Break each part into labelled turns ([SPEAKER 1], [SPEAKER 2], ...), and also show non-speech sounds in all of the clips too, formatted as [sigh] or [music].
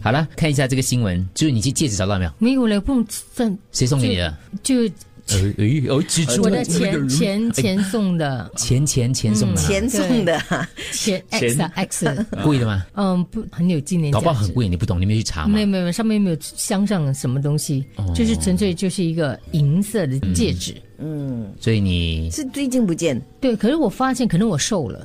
[SPEAKER 1] 好了，看一下这个新闻，就是你这戒指找到没有？
[SPEAKER 2] 没有了，不用赠，
[SPEAKER 1] 谁送给你的？
[SPEAKER 2] 就
[SPEAKER 1] 哎哎哦，记住
[SPEAKER 2] 我的前
[SPEAKER 1] 哎
[SPEAKER 2] 前前
[SPEAKER 1] [laughs]
[SPEAKER 2] 送的
[SPEAKER 1] 钱钱钱送的
[SPEAKER 2] 嗯
[SPEAKER 1] 啊，
[SPEAKER 3] 钱送的啊，
[SPEAKER 2] 前 X 啊
[SPEAKER 1] [laughs]
[SPEAKER 2] X，
[SPEAKER 1] 贵的吗？
[SPEAKER 2] 嗯，不很有纪念价
[SPEAKER 1] 搞
[SPEAKER 2] 值。
[SPEAKER 1] 不好很贵，你不懂，你没去查吗
[SPEAKER 2] 没有？没有，上面没有镶上什么东西，
[SPEAKER 1] 哦
[SPEAKER 2] 就是纯粹就是一个银色的戒指。
[SPEAKER 1] 嗯所以你
[SPEAKER 3] 是最近不见，
[SPEAKER 2] 对，可是我发现可能我瘦了，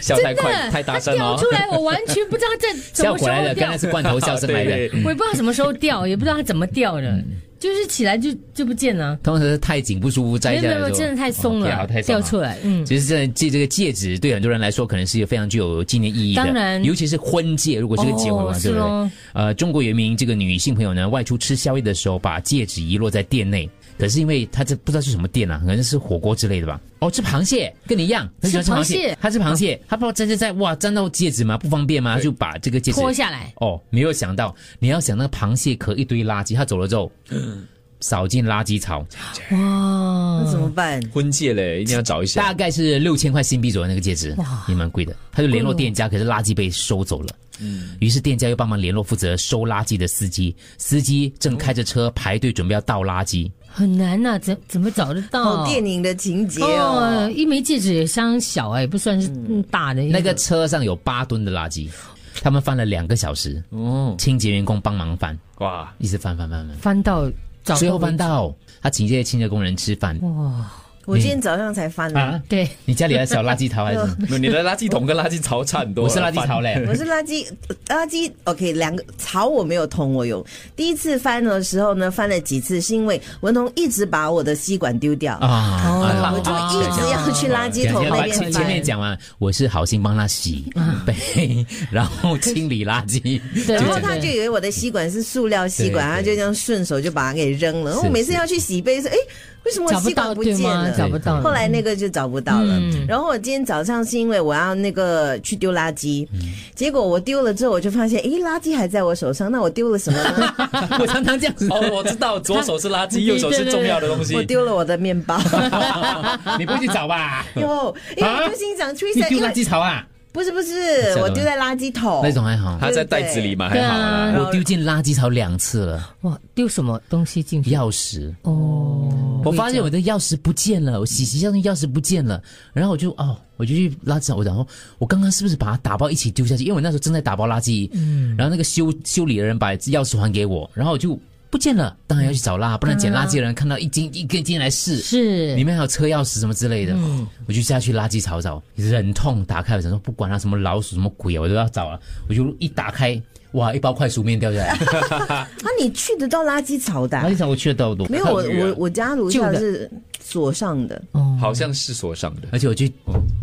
[SPEAKER 1] 笑
[SPEAKER 2] 真的，
[SPEAKER 1] 哦
[SPEAKER 2] 它掉出来我完全不知道
[SPEAKER 1] [laughs]
[SPEAKER 2] 它什
[SPEAKER 1] 笑
[SPEAKER 2] 么时
[SPEAKER 1] 过来
[SPEAKER 2] 候
[SPEAKER 1] 的，刚
[SPEAKER 2] 掉
[SPEAKER 1] 才，是罐头笑声
[SPEAKER 2] [laughs]
[SPEAKER 1] 来
[SPEAKER 4] 对
[SPEAKER 1] 的。
[SPEAKER 2] 我也不知道什么时候掉，也不知道它怎么掉的，
[SPEAKER 1] 嗯
[SPEAKER 2] 就是起来就就不见了。
[SPEAKER 1] 通常是太紧不舒服摘
[SPEAKER 2] 没有
[SPEAKER 1] 下
[SPEAKER 2] 没
[SPEAKER 1] 来
[SPEAKER 2] 有
[SPEAKER 1] 的
[SPEAKER 2] 没
[SPEAKER 1] 时
[SPEAKER 2] 有，
[SPEAKER 1] 候
[SPEAKER 2] 真的太松
[SPEAKER 1] 哎哦掉
[SPEAKER 2] 了，
[SPEAKER 1] 太松
[SPEAKER 2] 掉
[SPEAKER 1] 了
[SPEAKER 2] 出来，嗯。
[SPEAKER 1] 其实这这这个戒指对很多人来说，可能是一个非常具有纪念意义的，
[SPEAKER 2] 当然
[SPEAKER 1] 尤其是婚戒，如果是个结婚嘛，
[SPEAKER 2] 哦
[SPEAKER 1] 对不
[SPEAKER 2] 是
[SPEAKER 1] 对
[SPEAKER 2] 咯？
[SPEAKER 1] 呃，中国有一名这个女性朋友呢，外出吃宵夜的时候，把戒指遗落在店内。可是因为她这不知道是什么店啊，可能是火锅之类的吧。哦，吃螃蟹，跟你一样，她喜欢吃螃
[SPEAKER 2] 吃螃蟹哦
[SPEAKER 1] 她吃螃蟹，她不知道沾沾沾，哇，沾到戒指嘛，不方便嘛，她就把这个戒指
[SPEAKER 2] 脱下来，
[SPEAKER 1] 哦，没有想到，你要想那个螃蟹壳一堆垃圾，她走了之后，扫进垃圾槽，
[SPEAKER 2] 哇
[SPEAKER 3] 那怎么办？
[SPEAKER 4] 婚戒嘞，一定要找一下
[SPEAKER 1] 大。概是六千块新币左右那个戒指
[SPEAKER 2] 哇，
[SPEAKER 1] 也蛮贵的。他就联络店家，可是垃圾被收走了。嗯，于是店家又帮忙联络负责收垃圾的司机，司机正开着车排队准备要倒垃圾。
[SPEAKER 2] 很难呐、怎怎么找得到？
[SPEAKER 3] 好电影的情节
[SPEAKER 2] 哦，
[SPEAKER 3] 哦，
[SPEAKER 2] 一枚戒指也相小哎、不算是大的一
[SPEAKER 1] 那个车上有八吨的垃圾，他们翻了两个小时，
[SPEAKER 4] 哦，
[SPEAKER 1] 清洁员工帮忙翻，
[SPEAKER 4] 哇，
[SPEAKER 1] 一直翻翻翻翻，
[SPEAKER 2] 翻到找
[SPEAKER 1] 最后翻
[SPEAKER 2] 到
[SPEAKER 1] 到他请这些清洁工人吃饭
[SPEAKER 3] 我今天早上才翻的，
[SPEAKER 1] 啊！
[SPEAKER 2] 对，
[SPEAKER 1] 你家里的小垃圾槽还是什么？
[SPEAKER 4] 没有你的垃圾桶跟垃圾槽差很多。
[SPEAKER 1] 我是垃圾槽嘞。
[SPEAKER 3] [laughs] 我是垃圾垃圾，OK，两个槽我没有通，我有。第一次翻的时候呢，翻了几次，是因为文彤一直把我的吸管丢掉，
[SPEAKER 1] 啊，哎呀
[SPEAKER 3] 我就一直要去垃圾
[SPEAKER 1] 讲
[SPEAKER 3] 桶
[SPEAKER 1] 前
[SPEAKER 3] 那
[SPEAKER 1] 把
[SPEAKER 3] 边
[SPEAKER 1] 前
[SPEAKER 3] 翻。
[SPEAKER 1] 前面啊讲完，我是好心帮他洗杯， [laughs] 然后清理垃圾。
[SPEAKER 2] 对
[SPEAKER 3] 然后
[SPEAKER 2] 对
[SPEAKER 3] 他就以为我的吸管是塑料吸管，
[SPEAKER 1] 对
[SPEAKER 3] 他
[SPEAKER 1] 对
[SPEAKER 3] 就这样顺手就把它给扔了。然后我每次要去洗杯说，哎，为什么我
[SPEAKER 2] 找不
[SPEAKER 3] 吸管
[SPEAKER 2] 到对
[SPEAKER 3] 见
[SPEAKER 2] 吗？
[SPEAKER 3] 了？
[SPEAKER 2] 找不到。
[SPEAKER 3] 后来那个就找不到了。
[SPEAKER 2] 嗯
[SPEAKER 3] 然后我今天早上是因为我要那个去丢垃圾，结果我丢了之后，我就发现，诶，垃圾还在我手上，那我丢了什么呢？
[SPEAKER 1] 我常常这样子，
[SPEAKER 4] [laughs] 哦，我知道，左手是垃圾，右手是重要的东西
[SPEAKER 3] 我。丢了我的面包。
[SPEAKER 1] 你不会去找吧？
[SPEAKER 3] 哟，因为我就心想
[SPEAKER 1] [laughs] 你
[SPEAKER 3] Trisha，
[SPEAKER 1] 丢
[SPEAKER 3] 因
[SPEAKER 1] 垃
[SPEAKER 3] 为
[SPEAKER 1] 圾槽啊？哦
[SPEAKER 3] 不是不是
[SPEAKER 1] 道，了
[SPEAKER 3] 我丢在垃圾桶。
[SPEAKER 1] 那种还好，
[SPEAKER 4] 它在袋子里嘛，
[SPEAKER 2] 对
[SPEAKER 4] 还
[SPEAKER 2] 啊
[SPEAKER 4] 好啦。
[SPEAKER 1] 我丢进垃圾槽两次了，
[SPEAKER 2] 哇，丢什么东西进去？
[SPEAKER 1] 钥匙。
[SPEAKER 2] 哦，
[SPEAKER 1] 我发现我的钥匙不见了，我洗洗箱的钥匙不见了，然后我就哦，我就去垃圾槽，我然后我刚刚是不是把它打包一起丢下去？因为我那时候正在打包垃圾，嗯，然后那个修修理的人把钥匙还给我，然后我就不见了，当然要去找啦，不然捡垃圾的人看到一斤一根进来是
[SPEAKER 2] 是
[SPEAKER 1] 里面还有车钥匙什么之类的，
[SPEAKER 3] 嗯
[SPEAKER 1] 我就下去垃圾槽找，忍痛打开，我想说不管它什么老鼠什么鬼啊，我都要找了。我就一打开，哇，一包快熟面掉下来，
[SPEAKER 3] [laughs] 啊，你去得到垃圾槽的啊、
[SPEAKER 1] 垃圾槽啊我去了到多，
[SPEAKER 3] 没有，我
[SPEAKER 4] 很远
[SPEAKER 3] 我我家楼
[SPEAKER 2] 旧
[SPEAKER 3] 下
[SPEAKER 2] 的
[SPEAKER 3] 是锁上的。
[SPEAKER 4] 好像是锁上的。
[SPEAKER 1] 而且我就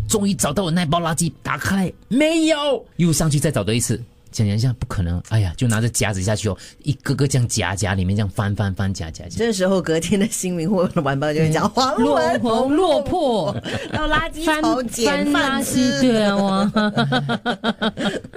[SPEAKER 1] 终于找到我那包垃圾，打开没有，又上去再找多一次。想一下，不可能！哎呀，就拿着夹子下去哦，一个个这样夹夹，里面这样翻翻翻夹夹夹。
[SPEAKER 3] 这时候隔天的新闻或晚报就会讲黄
[SPEAKER 2] 落
[SPEAKER 3] 文
[SPEAKER 2] 红落魄，
[SPEAKER 3] 到垃圾
[SPEAKER 2] 翻
[SPEAKER 3] 槽
[SPEAKER 2] 翻
[SPEAKER 3] 捡
[SPEAKER 2] 垃
[SPEAKER 3] 饭
[SPEAKER 2] 圾，
[SPEAKER 3] 吃。
[SPEAKER 2] 对啊，哇，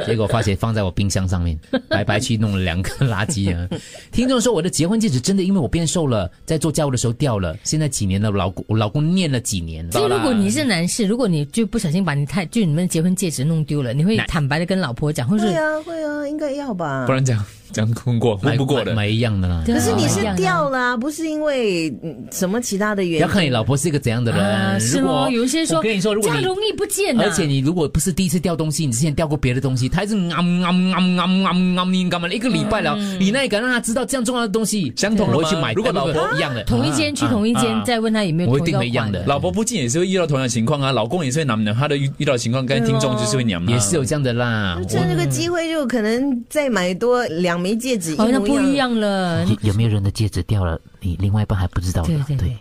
[SPEAKER 1] 结果发现放在我冰箱上面，白白去弄了两个垃圾啊！听众说我的结婚戒指真的因为我变瘦了，在做家务的时候掉了，现在几年了，我老公我老公念了几年了。
[SPEAKER 2] 所以如果你是男士，如果你就不小心把你太就你们的结婚戒指弄丢了，你会坦白的跟老婆讲，或者
[SPEAKER 3] 会啊，会啊，应该要吧
[SPEAKER 4] 不。然讲讲通过混不过的，
[SPEAKER 1] 买一样的啦。
[SPEAKER 2] 对
[SPEAKER 3] 可是你
[SPEAKER 2] 不
[SPEAKER 3] 是
[SPEAKER 2] 一样啊
[SPEAKER 3] 掉了啊，不是因为嗯什么其他的原因。
[SPEAKER 1] 要看你老婆是一个怎样的人。
[SPEAKER 2] 啊，是
[SPEAKER 1] 如
[SPEAKER 2] 咯
[SPEAKER 1] 果，
[SPEAKER 2] 有一些说，
[SPEAKER 1] 我跟你说，如果
[SPEAKER 2] 这样
[SPEAKER 1] 你
[SPEAKER 2] 容易不见啊，
[SPEAKER 1] 而且你如果不是第一次掉东西，你之前掉过别的东西，他一直嗯嗯嗯嗯嗯嗯嗯，你干嘛？一个礼拜了，
[SPEAKER 2] 嗯
[SPEAKER 1] 你那也敢让他知道这样重要的东西，
[SPEAKER 4] 相同的吗
[SPEAKER 1] 啊我会去买。
[SPEAKER 4] 如果老婆
[SPEAKER 1] 不不一样的，
[SPEAKER 2] 同一间去
[SPEAKER 1] 啊
[SPEAKER 2] 同一间
[SPEAKER 1] 啊，
[SPEAKER 2] 再问他有没有
[SPEAKER 1] 我一
[SPEAKER 2] 同
[SPEAKER 1] 定
[SPEAKER 2] 个
[SPEAKER 1] 没一样
[SPEAKER 2] 款
[SPEAKER 1] 的
[SPEAKER 4] 老婆不仅也是会遇到同样的情况啊，老公也是会难娘他的遇遇到的情况，跟
[SPEAKER 1] 啊
[SPEAKER 4] 听众就是会娘啊他
[SPEAKER 1] 也是有这样的
[SPEAKER 2] 啊
[SPEAKER 1] 啦。
[SPEAKER 3] 趁这个机会，就可能再买多两枚戒指，
[SPEAKER 2] 好像
[SPEAKER 3] 模
[SPEAKER 2] 不一
[SPEAKER 3] 样。
[SPEAKER 2] 样了。
[SPEAKER 1] 有没有人的戒指掉了，你另外一半还不知道
[SPEAKER 2] 对对对。